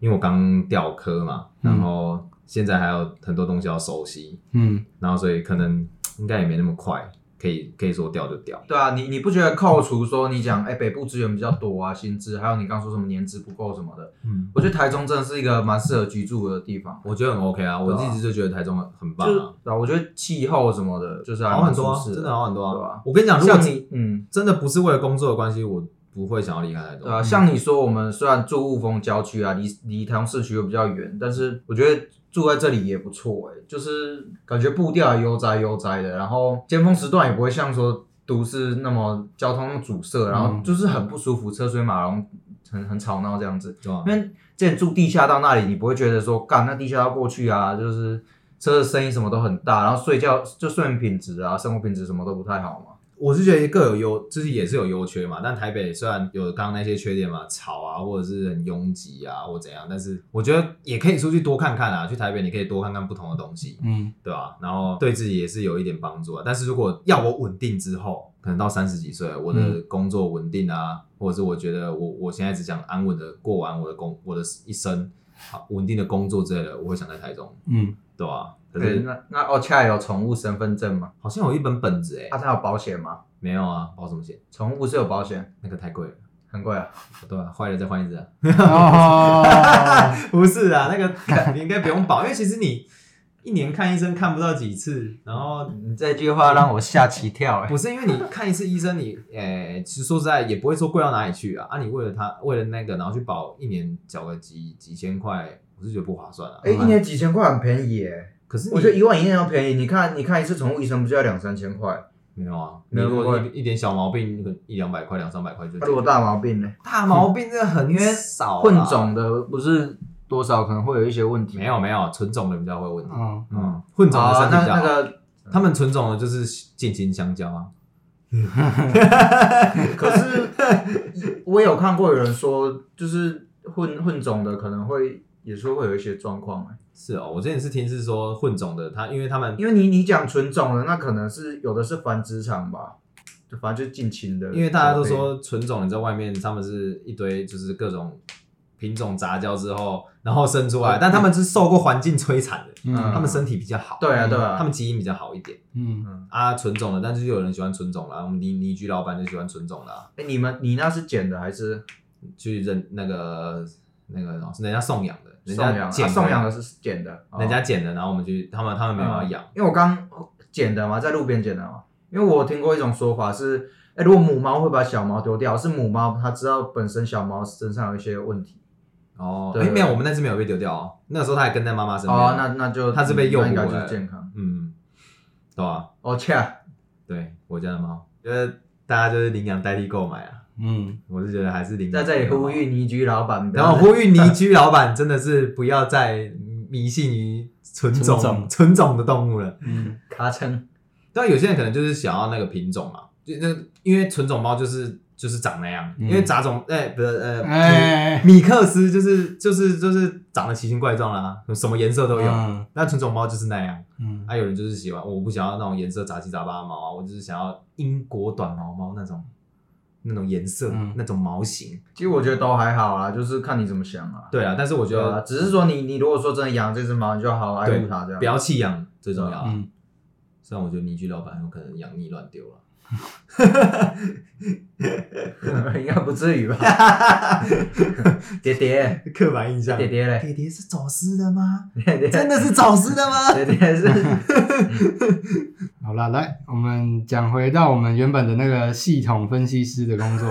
因为我刚调科嘛，嗯然后现在还有很多东西要熟悉，嗯，然后所以可能应该也没那么快，可以可以说调就调。对啊，你你不觉得扣除说你讲哎北部资源比较多啊，薪资，还有你刚说什么年资不够什么的，嗯，我觉得台中真的是一个蛮适合居住的地方。我觉得很 OK 啊，我对啊一直就觉得台中很很棒就是啊，对啊，我觉得气候什么的，就是还好蛮很多舒啊，适真的好很多对啊啊。我跟你讲，如果像你你，嗯，真的不是为了工作的关系，我不会想要离开台对啊，中。像你说，我们虽然住雾峰郊区啊，离离台中市区又比较远，但是我觉得住在这里也不错哎、就是感觉步调也悠哉悠哉的，然后尖峰时段也不会像说都市那么交通那么阻塞，然后嗯就是很不舒服，车水马龙，很很吵闹这样子。对啊因为之前住地下道那里，你不会觉得说，干那地下道过去啊，就是车的声音什么都很大，然后睡觉就睡眠品质啊，生活品质什么都不太好嘛。我是觉得各有优，就是也是有优缺嘛。但台北虽然有刚刚那些缺点嘛，吵啊，或者是很拥挤啊，或怎样，但是我觉得也可以出去多看看啊。去台北你可以多看看不同的东西，嗯对吧、然后对自己也是有一点帮助啊。但是如果要我稳定之后，可能到三十几岁，我的嗯工作稳定啊，或者是我觉得我我现在只想安稳的过完我的工我的一生，好稳定的工作之类的，我会想在台中，嗯， 对吧、可对，是那那哦，恰有宠物身份证吗？好像有一本本子哎、啊，它有保险吗？没有啊，保什么险？宠物是有保险，那个太贵了，很贵啊。对啊，坏了再换一只啊。哦， 不是啊，那个你应该不用保，因为其实你一年看医生看不到几次，然后你这句话让我吓起跳哎、不是因为你看一次医生你， 诶，其实说实在也不会说贵到哪里去啊。啊，你为了他为了那个，然后去保一年缴个几几千块，我是觉得不划算啊。哎、一年几千块很嗯便宜耶、可是我觉得你一万以内要便宜。你看，你看一次宠物医生不就要两三千块？没有啊，你没有如果那么一一点小毛病，那个一两百块、两三百块就那如果大毛病呢？大毛病，这很因为少啊混种的不是多少可能会有一些问题。没有没有纯种的比较会有问题，嗯，嗯，混种的啊身，体那比较那好。嗯个他们纯种的就是近亲相交啊，可是我有看过有人说，就是混混种的可能会也是会有一些状况、欸，是哦，我之前是听是说混种的，他因为他们因为你你讲纯种的，那可能是有的是繁殖场吧，就反正就是近亲的，因为大家都说纯种你在外面，他们是一堆就是各种品种杂交之后，然后生出来，但他们是受过环境摧残的，嗯他们身体比较好，嗯对啊对啊他们基因比较好一点嗯，啊，纯种的，但是就有人喜欢纯种啦，我们倪倪居老板就喜欢纯种的啊、哎、你们你那是捡的还是去认那个那个是人家送养的，人送养？家啊捡的、送养的嗯是捡的，哦人家捡的，然后我们去，他们他们没有要养，因为我刚捡的嘛，在路边捡的嘛。因为我听过一种说法是，哎、如果母猫会把小猫丢掉，是母猫它知道本身小猫身上有一些问题。哦，对哎、没有，我们那只没有被丢掉哦，那个时候它还跟在妈妈身边，啊哦，那那就它是被诱那捕应该回就来是的，健康。嗯，对吧、哦，恰，对我家的猫，觉得大家就是领养代替购买啊，嗯，我是觉得还是领养。在这里呼吁，倪居老板，然后呼吁倪居老板真的是不要再迷信于纯纯种种纯种的动物了。 嗯， 他称，但有些人可能就是想要那个品种嘛，就那因为纯种猫就是就是长那样，嗯因为杂种哎不是呃米哎，米克斯就是就是就是长得奇形怪状啦，什么颜色都有。嗯那纯种猫就是那样，嗯啊还、有人就是喜欢，我不想要那种颜色杂七杂八的毛啊，我就是想要英国短毛猫那种，那种颜色、嗯那种毛型。其实我觉得都还好啦，就是看你怎么想啊。对啊，但是我觉对啊，得只是说你你如果说真的养这只猫，你就好好爱对护它这样。不要弃养最重要啊。嗯，虽然我觉得倪居老板很有可能养腻乱丢了， 应该不至于吧？ 爹 爹，刻板印 象爹爹嘞，哎爹爹是走私的 吗？爹爹，真的是走私的吗？ 爹爹是，好啦，来，我们讲回到我们原本的那个系统分析师的工 作。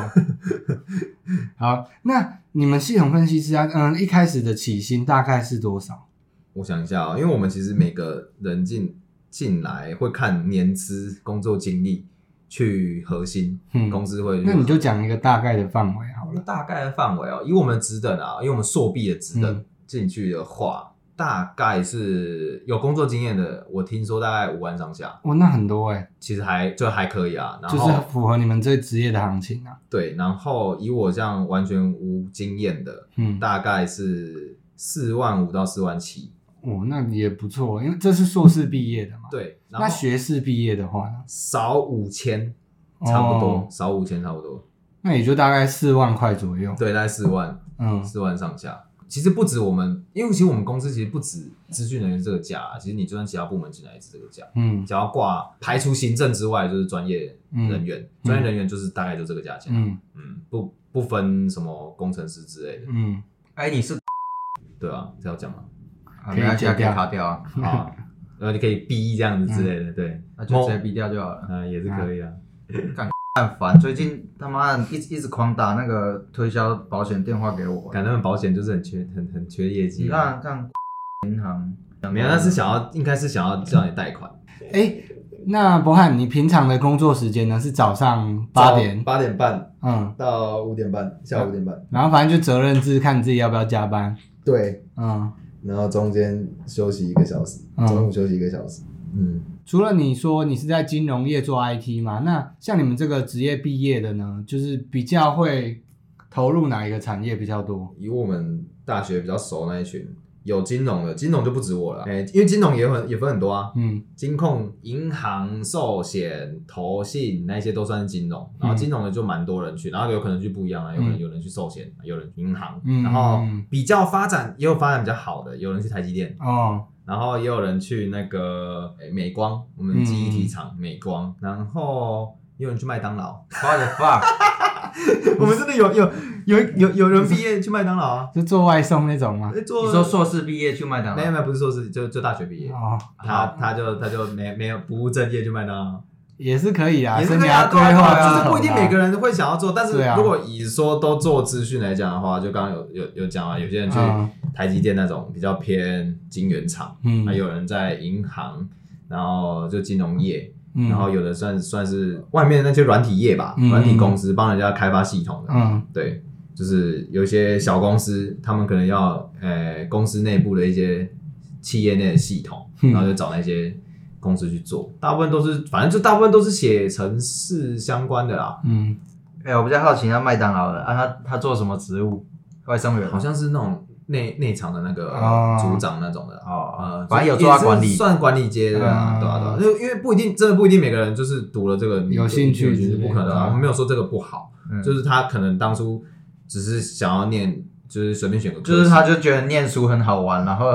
好，那你们系统分析师啊，嗯，一开始的起薪大概是多少？我想一下啊、因为我们其实每个人进进来会看年资、工作经历，去核心，嗯公司会去那你就讲一个大概的范围好了。大概的范围哦，以我们的职等啊，以我们硕毕的职等嗯进去的话，大概是有工作经验的，我听说大概五万上下，哇，那很多哎、其实还就还可以啊。然就后、是符合你们这职业的行情啊。对，然后以我这样完全无经验的，嗯，大概是四万五到四万七。哦，那也不错，因为这是硕士毕业的嘛。，对，然那后学士毕业的话呢，少五千，差不多、哦少五千差不多。那也就大概四万块左右。对，大概四万嗯，四万上下。其实不止我们，因为其实我们公司其实不止资讯人员这个价啊、其实你就算其他部门进来也是这个价。嗯只要挂排除行政之外，就是专业人员，嗯专、业人员就是大概就这个价钱，嗯嗯不不分什么工程师之类的，嗯，哎，你是对啊，这要讲吗？啊可以没关系啊，剪可以掉卡掉啊，嗯好啊，然后你可以逼这样子之类的，对，那就直接毙掉就好了。嗯、也是可以啊，很烦，最近他妈的一直一直狂打那个推销保险电话给我，感觉他们保险就是很缺很很缺业绩、你啊，看看银行嗯没有，那是想要应该是想要叫你贷款，哎、那博翰，你平常的工作时间呢是早上八点，八点半嗯，到五点半，下午五点半，然后反正就责任制，看你自己要不要加班，对，嗯。然后中间休息一个小时，嗯中午休息一个小时，嗯，除了你说你是在金融业做 IT 嘛，那像你们这个职业毕业的呢，就是比较会投入哪一个产业比较多？以我们大学比较熟那一群。有金融的，金融就不止我了，哎、因为金融也很也分很多啊，嗯金控、银行、寿险、投信那些都算是金融，然后金融的就蛮多人去，然后有可能去不一样啊，有可能有人去寿险，有人去银行，嗯然后比较发展也有发展比较好的，有人去台积电，哦，然后也有人去那个诶美光，我们记忆体厂美光，然后也有人去麦当劳， ，what the fuck？我们真的有有有有有人毕业去麦当劳啊，就做外送那种吗？诶做你说硕士毕业去麦当没有没劳，有不是硕士，就就大学毕业，哦，他他就他就没没有不务正业去麦当劳。也是可以啊，也是生可以涯啊，规对啊对划啊要就是不一定懂啊每个人会想要做，但是对啊如果以说都做资讯来讲的话，就刚刚有有有讲啊，有些人去嗯台积电那种比较偏晶圆厂，还嗯，有人在银行，然后就金融业，嗯然后有的算算是外面那些软体业吧，嗯软体公司帮人家开发系统的，嗯对。就是有一些小公司，他们可能要呃公司内部的一些企业内的系统，嗯然后就找那些公司去做。大部分都是，反正就大部分都是写程式相关的啦，嗯，哎，我比较好奇那麦当劳的啊，他他做什么职务？外送员好像是那种内内场的那个哦组长那种的啦。哦呃，，啊反正有做到管也理是，算管理阶的啊，嗯对啊，对啊，因为因为不一定，真的不一定每个人就是读了这个你有兴趣就是不可能之类的啊。我们没有说这个不好，嗯就是他可能当初只是想要念，就是随便选个科系，就是他就觉得念书很好玩，然后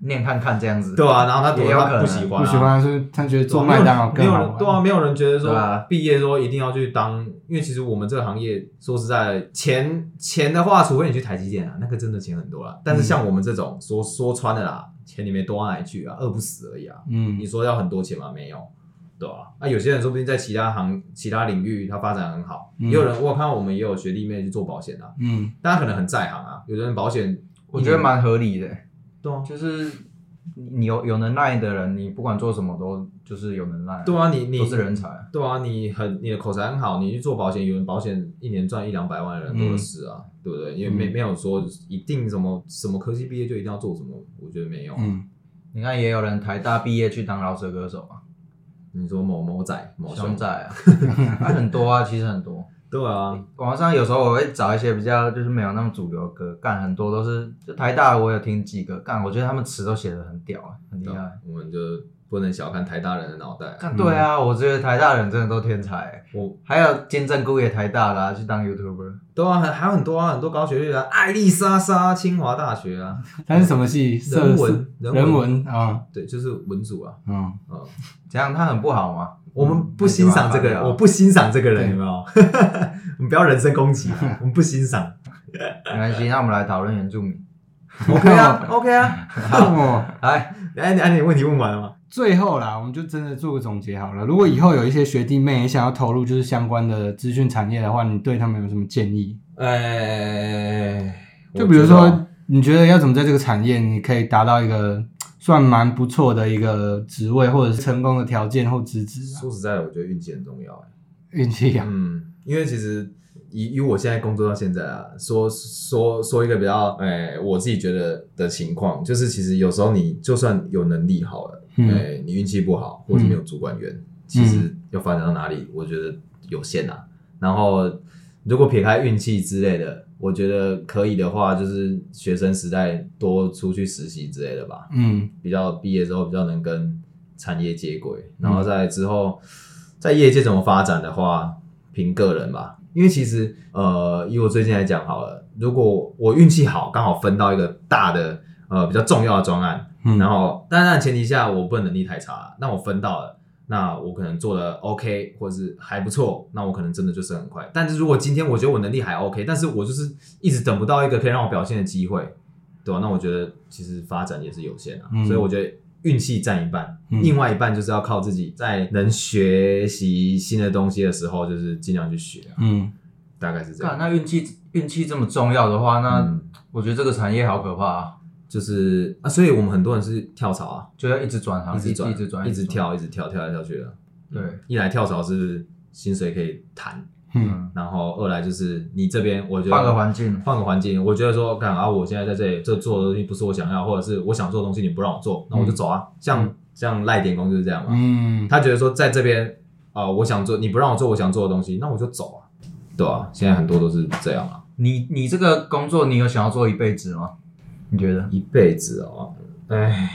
念看看这样子。对啊，然后他读也有了可他能不喜欢，啊不喜。欢是他觉得做麦当劳没更有好人玩，对啊，没有人觉得说对啊毕业说一定要去当，因为其实我们这个行业说实在，钱钱的话，除非你去台积电啊，那个真的钱很多啦。但嗯是像我们这种说说穿的啦，钱你没多到哪里去啊，饿不死而已啊。嗯你说要很多钱吗？没有，对啊。那有些人说不定在其他行其他领域他发展很好，嗯也有人我有看到我们也有学弟妹去做保险啊，嗯但他可能很在行啊，有的人保险我觉得蛮合理的，对啊。就是你有有能耐的人，你不管做什么都就是有能耐，对啊，你你都是人才。对啊，你很你的口才很好，你去做保险，有人保险一年赚一两百万的人多的是啊，对不对？因为没嗯没有说一定什么什么科系毕业就一定要做什么，我觉得没有。嗯，你看，也有人台大毕业去当饶舌歌手啊，你说某某仔、某熊兄仔，啊，啊很多 啊，其实很多。对啊，网上有时候我会找一些比较就是没有那么主流的歌，干很多都是就台大的我有听几个，干我觉得他们词都写的很屌啊，很厉对啊害。我们就不能小看台大人的脑袋啊。干对啊，我觉得台大人真的都天才欸、我还有金针菇也台大的、啊、去当 YouTuber，对啊，很还有很多啊，很多高学历的、啊，爱丽莎莎、清华大学啊，他是什么系？人社文人人文啊，对，就是文组啊， 嗯，嗯，这样他很不好 吗？我们不欣赏这个人，嗯我不欣赏这个人，对有没有？ 我们不要人身攻击啊，我们不欣赏。没关系，那我们来讨论原住民。 OK 啊，OK 啊，哦。来，哎，你哎，你问题问完了吗？最后啦，我们就真的做个总结好了。如果以后有一些学弟妹也想要投入就是相关的资讯产业的话，你对他们有什么建议？呃，就比如说，你觉得要怎么在这个产业，你可以达到一个嘖算蛮不错的一个职位，或者是成功的条件或资质啊？我觉得说实在的，我觉得运气很重要。哎运气啊，嗯，因为其实以以我现在工作到现在啊，说说说一个比较，哎、我自己觉得的情况，就是其实有时候你就算有能力好了，哎、嗯你运气不好，或者没有主管缘，其实要发展到哪里，我觉得有限啊。然后如果撇开运气之类的，我觉得可以的话，就是学生时代多出去实习之类的吧。嗯比较毕业之后比较能跟产业接轨，然后在之后在业界怎么发展的话，凭个人吧。因为其实呃，以我最近来讲好了，如果我运气好，刚好分到一个大的呃比较重要的专案，嗯，然后当然前提下我不能能力太差，那我分到了，那我可能做的 OK 或者是还不错，那我可能真的就是很快。但是如果今天我觉得我能力还 OK，但是我就是一直等不到一个可以让我表现的机会，对吧、那我觉得其实发展也是有限啊，嗯所以我觉得。运气占一半，嗯另外一半就是要靠自己，在能学习新的东西的时候，就是尽量去学啊、嗯大概是这干样。那运气运气这么重要的话，啊那嗯我觉得这个产业好可怕、啊，就是啊，所以我们很多人是跳槽啊，就要一直转行，一直转，一直转，一直。跳，一直跳，跳来跳去的。对，一来跳槽是薪水可以谈，嗯嗯，然后二来就是你这边，我觉得换个环境，换个环境，我觉得说，干啊，我现在在这里这做的东西不是我想要，或者是我想做的东西你不让我做，那我嗯就走啊。像像赖点工就是这样嘛，嗯，他觉得说在这边啊、呃我想做你不让我做我想做的东西，那我就走啊，对啊，现在很多都是这样啊，你你这个工作，你有想要做一辈子吗？你觉得？一辈子哦，哎，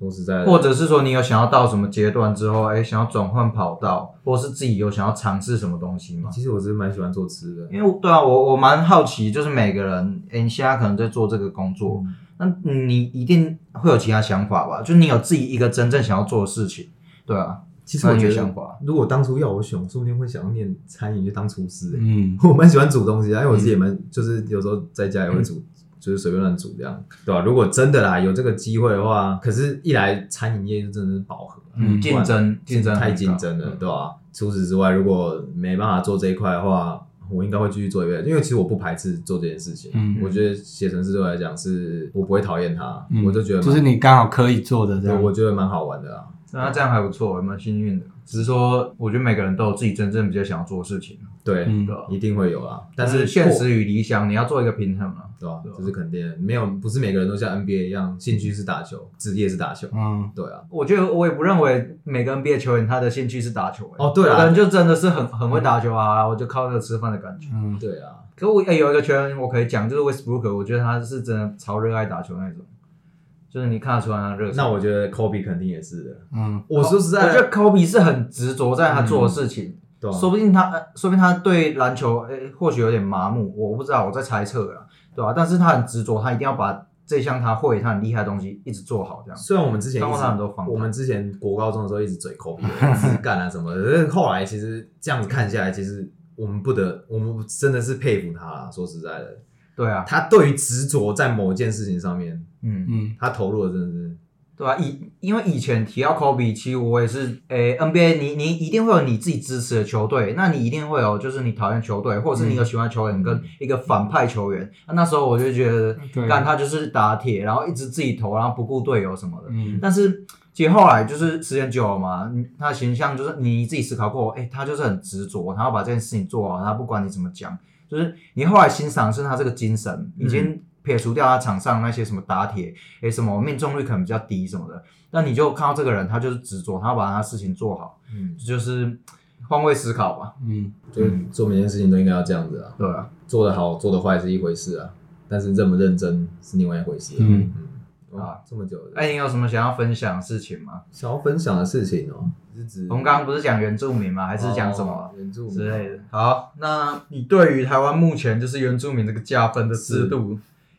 说实在的，或者是说，你有想要到什么阶段之后，哎，想要转换跑道，或是自己有想要尝试什么东西吗？其实我是蛮喜欢做吃的，因为我对啊，我我蛮好奇，就是每个人，哎，你现在可能在做这个工作，嗯那你一定会有其他想法吧？就你有自己一个真正想要做的事情，对啊，其实我觉那得你有想法如果当初要我选，我说不定会想要念餐饮去当厨师、欸。嗯 我蛮喜欢煮东西的，啊因为我自己也蛮，就是有时候在家也会煮，就是随便乱煮嗯这样，对吧、如果真的啦，有这个机会的话，可是一来餐饮业就真的是饱和，嗯竞争竞争很高太竞争了，对吧、除此之外，如果没办法做这一块的话，我应该会继续做一辈子，因为其实我不排斥做这件事情。嗯我觉得写程式对我来讲是，我不会讨厌它，嗯，我就觉得蛮就是你刚好可以做的这对，样，我觉得蛮好玩的啊。那这样还不错，蛮幸运的。只是说，我觉得每个人都有自己真正比较想要做的事情，对，嗯对啊一定会有啊，但但是是现实与理想，你要做一个平衡啊。对吧、对啊这是肯定的，没有不是每个人都像 NBA 一样，兴趣是打球，职业是打球。嗯对啊，我觉得我也不认为每个 NBA 球员他的兴趣是打球、欸。哦对啊有的人就真的是很很会打球啊，我就靠这个吃饭的感觉。嗯对啊，可我哎、欸有一个球员我可以讲，就是 Westbrook，我觉得他是真的超热爱打球那种，就是你看得出来他热情。那我觉得 Kobe 肯定也是的。嗯我说实在我觉的，得 Kobe 是很执着在他做的事情，对啊说不定他，呃说不定他对篮球，诶、或许有点麻木，我不知道，我在猜测啦，对吧、但是他很执着，他一定要把这项他会、他很厉害的东西一直做好，这样。虽然我们之前一看过他很多访直，谈我们之前国高中的时候一直嘴 Kobe 的自干啊什么的，可 是后来其实这样子看下来，其实我们不得，我们真的是佩服他啦。说实在的，对啊，他对于执着在某件事情上面，嗯，嗯他投入的真的是对啊，以因为以前提到 Kobe，其实我也是，诶、n b a 你你一定会有你自己支持的球队，那你一定会有就是你讨厌球队，或者是你有喜欢的球员跟一个反派球员。那那时候我就觉得对，干他就是打铁，然后一直自己投，然后不顾队友什么的。嗯但是其实后来就是时间久了嘛，你他的形象就是你自己思考过，哎、他就是很执着，他要把这件事情做好，他不管你怎么讲，就是你后来欣赏是他这个精神，已经撇除掉他场上那些什么打铁，哎、什么命中率可能比较低什么的，但你就看到这个人，他就是执着，他要把他事情做好，嗯，就是换位思考吧，嗯就是做每件事情都应该要这样子啊，对啊，做得好，做得坏是一回事啊，但是认不认真是另外一回事、啊。嗯嗯，啊，这么久了，哎、你有什么想要分享的事情吗？想要分享的事情哦、是指我们刚刚不是讲原住民吗？还还是讲什么？啊原住民之类的。好，那你对于台湾目前就是原住民这个加分的制度，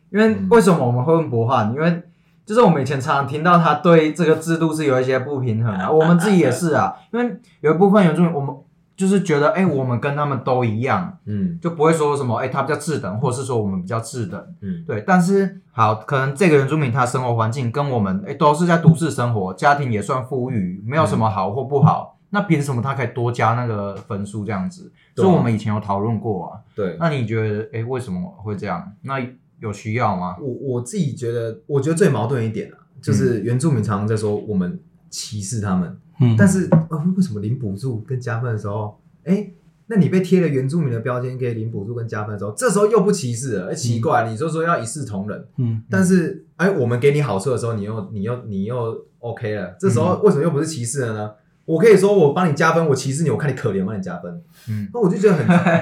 因为嗯为什么我们会问博翰？因为就是我们以前常常听到他对这个制度是有一些不平衡的，我们自己也是啊，因为有一部分原住民我们。就是觉得，哎、我们跟他们都一样，嗯就不会说什么，哎、他比较次等，或者是说我们比较次等，嗯对，但是好，可能这个原住民他生活环境跟我们诶都是在都市生活，家庭也算富裕，没有什嗯么好或不好。那凭什么他可以多加那个分数这样子？对所啊以我们以前有讨论过啊。对。那你觉得，诶，为什么会这样？那有需要吗？ 我我自己觉得，我觉得最矛盾一点啊，就是原住民常常在说我们歧视他们，嗯，但是、呃、为什么领补助跟加分的时候，哎、那你被贴了原住民的标签，可以领补助跟加分的时候，这时候又不歧视了，哎、奇怪，你就说要一视同仁，嗯，但是哎、我们给你好处的时候，你又你又你又 OK 了，这时候为什么又不是歧视了呢？我可以说我帮你加分，我歧视你，我看你可怜，帮你加分，嗯，那我就觉得很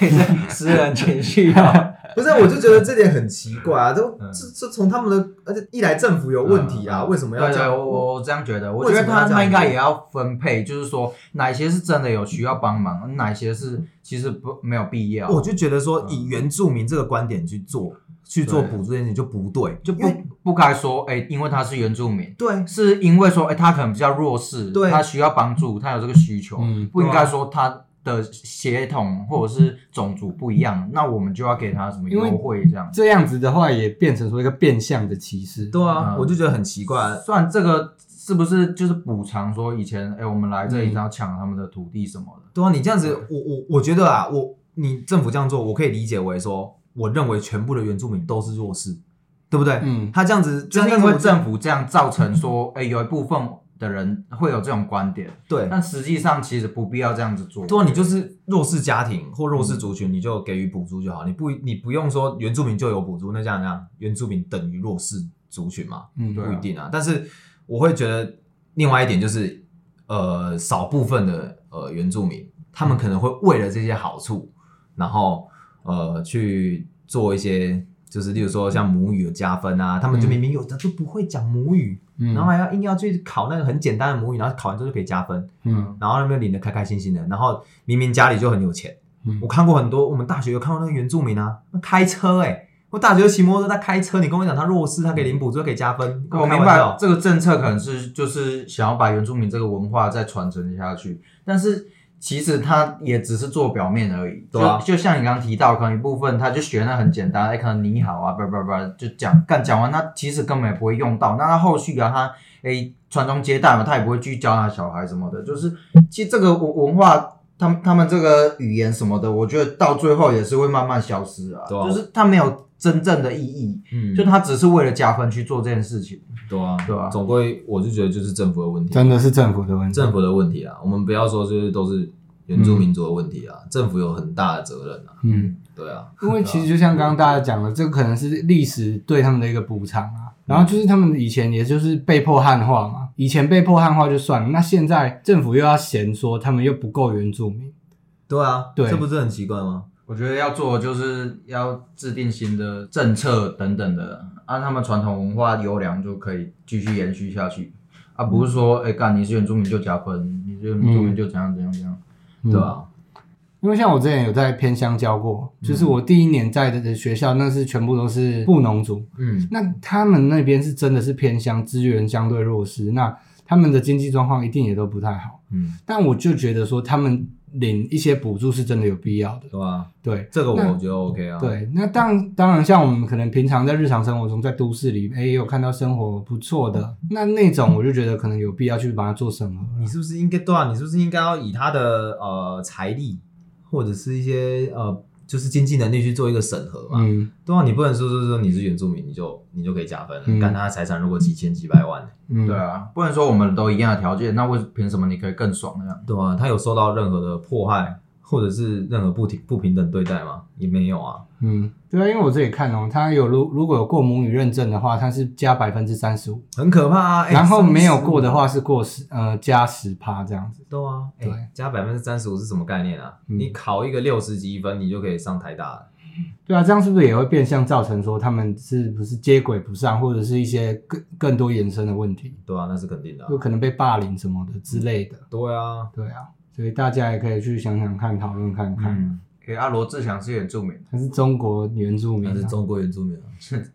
你这私人情绪嗯啊，不是，我就觉得这点很奇怪啊，都嗯这这从他们的，而且一来政府有问题啊，为什么对要这对，样？我我这样觉得，我为觉什得么要他这样他应该也要分配，就是说哪些是真的有需要帮忙，哪些是其实不没有必要，我就觉得说嗯以原住民这个观点去做去做对补助这件事情就不对，就因不为不该说哎，因为他是原住民，对是因为说哎他可能比较弱势，对啊他需要帮助，他有这个需求，嗯不应该说他。的血统或者是种族不一样，那我们就要给他什么因为优惠这样？这样子的话也变成说一个变相的歧视。对啊，嗯我就觉得很奇怪啊。算这个是不是就是补偿？说以前哎、诶我们来这里是要抢他们的土地什么的，对啊，你这嗯样子，我我我觉得啊，我你政府这样做，我可以理解为说，我认为全部的原住民都是弱势，对不对？嗯他这样子就是这因样为子政府这样造成说，哎、有一部分的人会有这种观点，对，但实际上其实不必要这样子做。对啊，你就是弱势家庭或弱嗯势族群，你就给予补助就好，你不你不用说原住民就有补助，那这样这样，原住民等于弱势族群嘛？嗯，对啊不一定啊。但是我会觉得另外一点就是，呃，少部分的呃原住民，他们可能会为了这些好处，然后呃去做一些。就是，例如说像母语的加分啊，他们嗯就明明有的就不会讲母语，嗯，然后还要硬要去考那个很简单的母语，然后考完之后就可以加分。嗯然后那边领的开开心心的，然后明明家里就很有钱，嗯我看过很多，我们大学有看到那个原住民啊，那开车哎、我大学骑摩托车，他开车，你跟我讲他弱势，他给领补助，给加分，你跟我开明玩白笑这个政策可能是就是想要把原住民这个文化再传承下去，但是其实他也只是做表面而已。对啊就就像你刚刚提到，可能一部分他就学那很简单，哎，可能你好啊，不不不，就讲干讲完，他其实根本也不会用到。那他后续啊，他哎传宗接代嘛，他也不会去教他小孩什么的。就是其实这个文文化。他们他们这个语言什么的，我觉得到最后也是会慢慢消失啊，对啊就是它没有真正的意义，嗯，就它只是为了加分去做这件事情。对啊，对啊总归我就觉得就是政府的问题，啊真的是政府的问题。政府的问题啊，我们不要说就是都是原住民族的问题啊，政府有很大的责任啊，嗯，对啊，因为其实就像刚刚大家讲的，这个可能是历史对他们的一个补偿啊。然后就是他们以前也就是被迫汉化嘛，以前被迫汉化就算了，那现在政府又要嫌说他们又不够原住民，对啊，对这不是很奇怪吗？我觉得要做的就是要制定新的政策等等的，按他们传统文化优良就可以继续延续下去，啊，不是说哎干、你是原住民就加分，你是原住嗯民就怎样怎样怎样，对对吧？啊，因为像我之前有在偏乡教过，嗯就是我第一年在的学校，那是全部都是布农族，嗯，那他们那边是真的是偏乡，资源相对弱势，那他们的经济状况一定也都不太好。嗯，但我就觉得说，他们领一些补助是真的有必要的，对啊，对。这个那我觉得 OK 啊，，对，那当当然，像我们可能平常在日常生活中，在都市里，哎，也有看到生活不错的，嗯那那种我就觉得可能有必要去把它做审核。你是不是应该对啊？你是不是应该要以他的呃财力或者是一些呃就是经济能力去做一个审核嘛？嗯，对啊，你不能说说说你是原住民，你就你就可以加分了。嗯但他的财产如果几千几百万，嗯对啊，不能说我们都一样的条件，那为凭什么你可以更爽呢？对啊，他有受到任何的迫害或者是任何不平不平等对待吗？也没有啊。嗯，对啊，因为我自己看哦，他有如如果有过母语认证的话，他是加百分之三十五，很可怕啊！哎然后没有过35的话是过十呃加十趴这样子。对啊，哎对加百分之三十五是什么概念啊？嗯你考一个六十几分，你就可以上台大了。对啊，这样是不是也会变相造成说他们是不是接轨不上，或者是一些更更多延伸的问题，对啊，那是肯定的啊、有可能被霸凌什么的之类的。对啊，对啊，所以大家也可以去想想看，讨论看看。嗯，给阿哎啊罗志祥是原住民，他是中国原住民、那啊， 是中国原住民啊，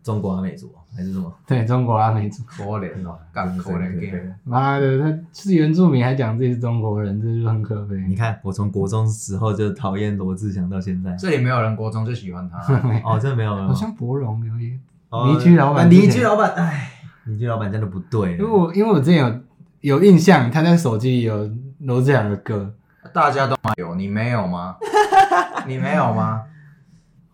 中国阿美族啊还是什么？对中国阿美族。可怜哦，干可怜对给对对妈的，他是原住民还讲自己是中国人，这就很可悲。你看，我从国中时候就讨厌罗志祥到现在。这里没有人国中就喜欢 他， 哦，真的没有 了好。像博荣留言，哦邻居老板那之前邻居老板，哎，邻居老板真的不对。因为我因为我之前有有印象，他在手机里有罗志祥的歌， 大家都有，你没有吗？你没有吗？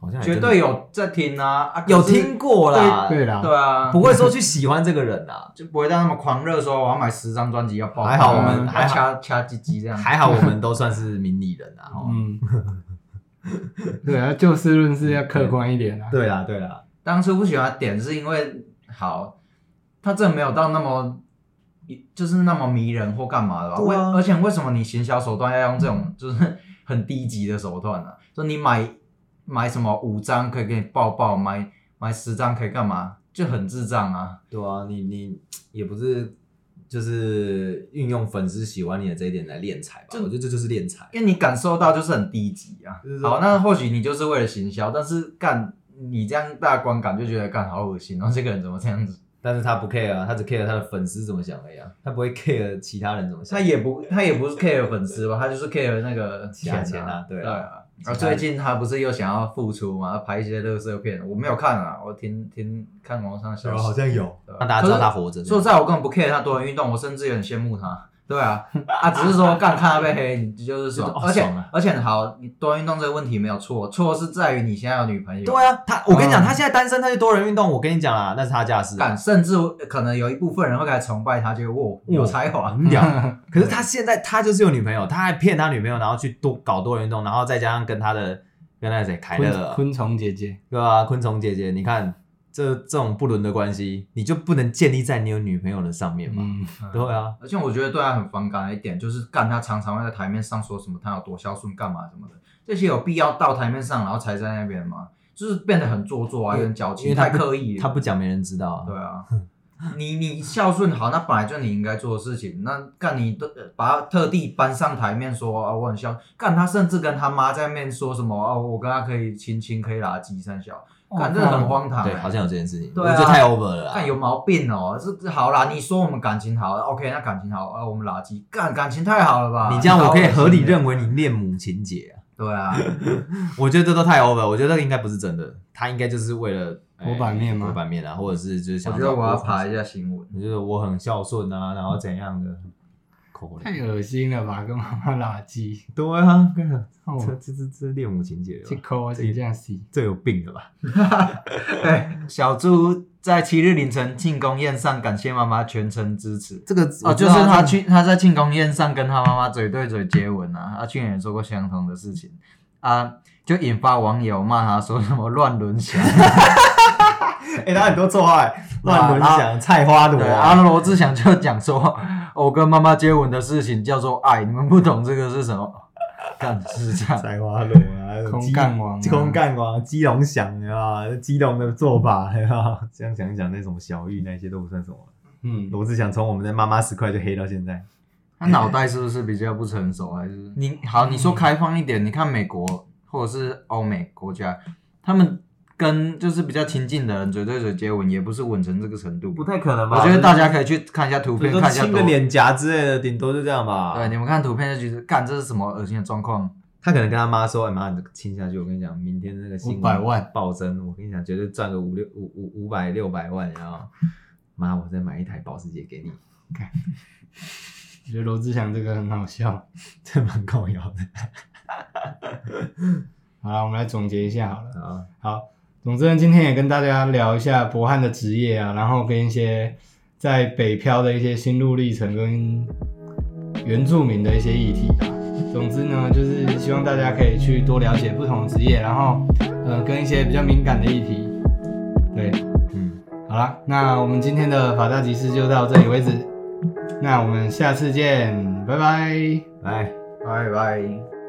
好像也绝哎真的对有在听啊，啊有可是听过啦，对对啦对啊，不会说去喜欢这个人啊啦。就不会让他们狂热说我要买十张专辑要爆，还好我们还还好掐掐唧唧这样，还好我们都算是迷你人 啊。齁嗯，对啊，就事论事要客观一点啊。对啦，对啦，当初不喜欢的点是因为好，他真的没有到那么，就是那么迷人或干嘛的吧？对为、啊嗯而且为什么你行销手段要用这种就是很低级的手段呢、就你买买什么五张可以给你抱抱，买买十张可以干嘛？就很智障啊！对啊，你你也不是就是运用粉丝喜欢你的这一点来敛财吧？我觉得这就是敛财。啊因为你感受到就是很低级啊就是。说好，那或许你就是为了行销，但是干你这样大观感就觉得干好恶心，然 哦后这个人怎么这样子？但是他不 care 啊，他只 care 他的粉丝怎么想而已啊，他不会 care 其他人怎么想。他也不，他也不是 care 粉丝吧，他就是 care 那个钱啊钱对啊对其他啊，最近他不是又想要复出嘛，拍一些乐色片，我没有看啊，我听听看网上消息，像有，对啊让大家知道他可活着是。说实在，我根本不 care 他多人运动，我甚至有点羡慕他。 对啊，啊，只是说干看他被黑，你就是 爽就，是哦而且爽啊而且好，你多人运动这个问题没有错，错是在于你现在有女朋友，对啊，他我跟你嗯讲，他现在单身，他就多人运动。我跟你讲啊，那是他家的事。干，甚至可能有一部分人会开始崇拜他，觉得哇有才华，很屌。可是他现在他就是有女朋友，他还骗他女朋友，然后去多搞多人运动，然后再加上跟他的跟那个谁凯昆乐，昆虫姐姐，对啊，昆虫姐姐，你看这这种不伦的关系，你就不能建立在你有女朋友的上面嘛？嗯，对啊，而且我觉得对他很反感的一点就是，干他常常会在台面上说什么他有多孝顺、干嘛什么的，这些有必要到台面上然后才在那边吗？就是变得很做作啊，有点矫因情，为他太不刻意了。他不讲没人知道啊。对啊， 你你孝顺好，那本来就你应该做的事情。那干你都把他特地搬上台面说啊，我很孝，干他甚至跟他妈在面说什么啊，我跟他可以亲亲，可以拉鸡三小，干这很荒唐欸、啊对，好像有这件事情，对我啊觉得太 over 了干啊。有毛病哦！是好啦，你说我们感情好，OK，那感情好啊，我们垃圾，干感情太好了吧？你这样我可以合理认为，为你恋母情节啊，对啊，我觉得这都太 over，我觉得应该不是真的，他应该就是为了哎活版面吗活版面啊，或者是就是我想觉得我要排。爬一下新闻。你就是我很孝顺啊，然后怎样的，口太怜。恶心了吧，跟妈妈垃圾，对啊，干这哦，这这这恋母情节了去吧，抠这样死，这有病了吧？哎，小猪在七日凌晨庆功宴上感谢妈妈全程支持。这个哦，我知就道是他去他在庆功宴上跟他妈妈嘴对嘴接吻啊，他去年也做过相同的事情啊，就引发网友骂他说什么乱伦 侠， 哎，他很多绰号哎，乱伦然想菜花朵对，啊，然后罗志祥就讲说，我跟妈妈接吻的事情叫做爱，你们不懂这个是什么，干是这样，菜花朵啊，空基干王啊空干王，基隆想啊，基隆的做法 啊，这样想一想，那什么小玉那些都不算什么。嗯，罗志祥从我们的妈妈十块就黑到现在，他脑袋是不是比较不成熟，啊还是你好？你说开放一点，你看美国或者是欧美国家，他们跟就是比较亲近的人嘴对嘴接吻，也不是吻成这个程度，不太可能我觉得大家可以去看一下图比片，如看说一下亲个多。脸颊之类的，顶多就这样吧。对，你们看图片就觉得，干这是什么恶心的状况？他可能跟他妈说：“哎妈，你这个亲下去，我跟你讲，明天那个新闻500万暴增，我跟你讲，绝对赚个五六五五五百六百万，然后妈，我再买一台保时捷给你， 我觉得罗志祥这个很好笑。这蛮搞笑的好了，我们来总结一下好了。啊。好，总之呢，今天也跟大家聊一下博翰的职业啊，然后跟一些在北漂的一些心路历程跟原住民的一些议题啊。总之呢，就是希望大家可以去多了解不同的职业，然后呃，跟一些比较敏感的议题。对，嗯，好啦，那我们今天的法大集市就到这里为止，那我们下次见，拜拜。来。”拜拜。